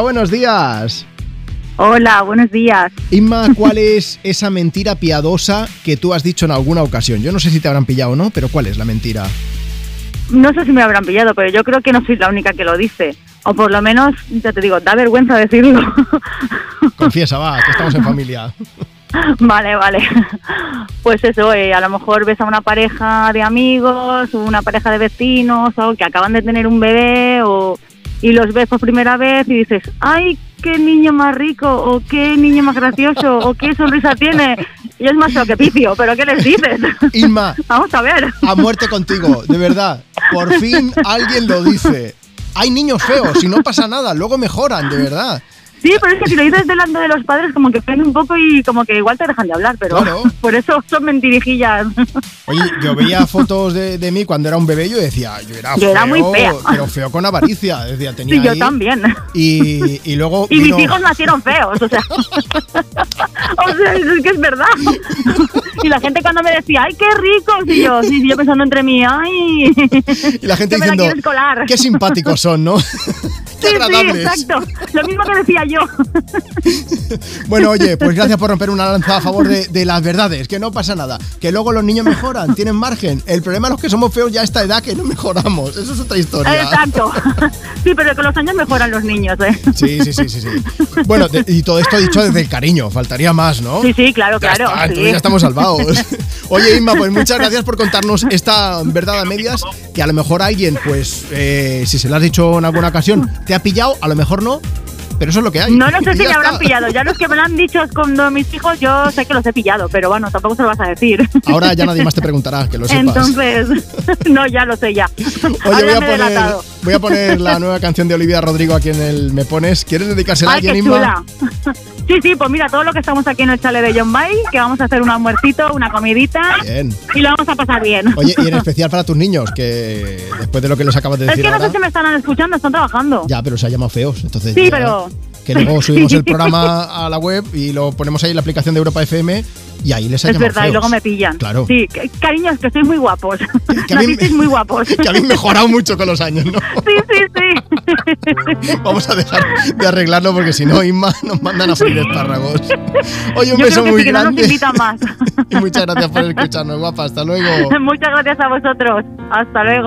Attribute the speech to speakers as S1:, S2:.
S1: buenos días.
S2: Hola, buenos días.
S1: Inma, ¿cuál es esa mentira piadosa que tú has dicho en alguna ocasión? Yo no sé si te habrán pillado o no, pero ¿cuál es la mentira?
S2: No sé si me habrán pillado, pero yo creo que no soy la única que lo dice. O por lo menos, ya te digo, da vergüenza decirlo.
S1: Confiesa, va, que estamos en familia.
S2: Vale, vale. Pues eso, eh, a lo mejor ves a una pareja de amigos, una pareja de vecinos, o que acaban de tener un bebé, o, y los ves por primera vez y dices, ¡ay, qué niño más rico! o ¡qué niño más gracioso! o ¡qué sonrisa tiene! Y es más lo que picio, pero ¿qué les dices?
S1: Inma,
S2: Vamos a ver.
S1: a muerte contigo, de verdad. Por fin alguien lo dice. Hay niños feos y no pasa nada, luego mejoran, de verdad.
S2: Sí, pero es que si lo dices delante de los padres, como que prende un poco y como que igual te dejan de hablar, pero
S1: Claro.
S2: por eso son mentirijillas.
S1: Oye, yo veía fotos de, de mí cuando era un bebé y yo decía, yo era
S2: Yo
S1: feo,
S2: era muy fea.
S1: pero feo con avaricia. Decía, tenía
S2: Sí, yo
S1: ahí-
S2: también.
S1: Y, y luego
S2: Y
S1: vino-
S2: mis hijos nacieron feos, o sea. o sea, es que es verdad. y la gente cuando me decía, ¡ay, qué ricos! Y yo, sí, sí, yo pensando entre mí, ¡ay!
S1: y la gente
S2: que me la
S1: diciendo,
S2: quieres colar.
S1: qué simpáticos son, ¿no? qué
S2: sí, sí,
S1: agradables.
S2: exacto. Lo mismo que decía yo.
S1: Bueno, oye, pues gracias por romper una lanza a favor de, de las verdades, que no pasa nada, que luego los niños mejoran, tienen margen. El problema es los que somos feos ya a esta edad que no mejoramos, eso es otra historia.
S2: Exacto. sí, pero con los años mejoran los niños, ¿eh?
S1: Sí, sí, sí, sí, sí. Bueno, de- y todo esto dicho desde el cariño, faltaría más, ¿no?
S2: Sí, sí, claro,
S1: Oh, Ya
S2: claro.
S1: está, entonces
S2: sí.
S1: ya estamos salvados. Oye, Inma, pues muchas gracias por contarnos esta verdad a medias, que a lo mejor alguien, pues, eh, si se lo has dicho en alguna ocasión, te ha pillado, a lo mejor no, pero eso es lo que hay.
S2: No lo sé
S1: Y
S2: si
S1: ya
S2: me habrán
S1: está.
S2: pillado. Ya los que me lo han dicho cuando mis hijos, yo sé que los he pillado, pero bueno, tampoco se lo vas a decir.
S1: Ahora ya nadie más te preguntará, que lo Ah, sepas.
S2: Entonces, no, ya lo sé, ya.
S1: Oye, voy a,
S2: Háblame
S1: poner,
S2: delatado.
S1: voy a poner la nueva canción de Olivia Rodrigo aquí en el Me Pones. ¿Quieres dedicársela a
S2: Ay,
S1: alguien,
S2: qué
S1: Inma?
S2: chula. Sí, sí, pues mira, todo lo que estamos aquí en el chale de John Bay, que vamos a hacer un almuercito, una comidita
S1: Bien.
S2: y lo vamos a pasar bien.
S1: Oye, y en especial para tus niños, que después de lo que les acabas de
S2: es
S1: decir
S2: que no
S1: ahora-
S2: sé si me están escuchando, están trabajando.
S1: Ya, pero se ha llamado feos, entonces.
S2: Sí,
S1: ya-
S2: pero-
S1: Que luego subimos el programa a la web y lo ponemos ahí en la aplicación de Europa FM y ahí les ha
S2: Es
S1: llamado
S2: verdad, y
S1: feos.
S2: luego me pillan.
S1: Claro.
S2: Sí, que- cariño, es que sois muy guapos.
S1: que a mí me-
S2: Nacisteis muy guapos.
S1: Que habéis mejorado mucho con los años, ¿no?
S2: Sí, sí, sí.
S1: Vamos a dejar de arreglarlo porque si no, Inma, nos mandan a freír espárragos. Oye, un
S2: Yo
S1: beso
S2: creo que
S1: muy
S2: sí, que no nos
S1: grande.
S2: invitan más.
S1: y muchas gracias por escucharnos, guapa. Hasta luego.
S2: Muchas gracias a vosotros. Hasta luego.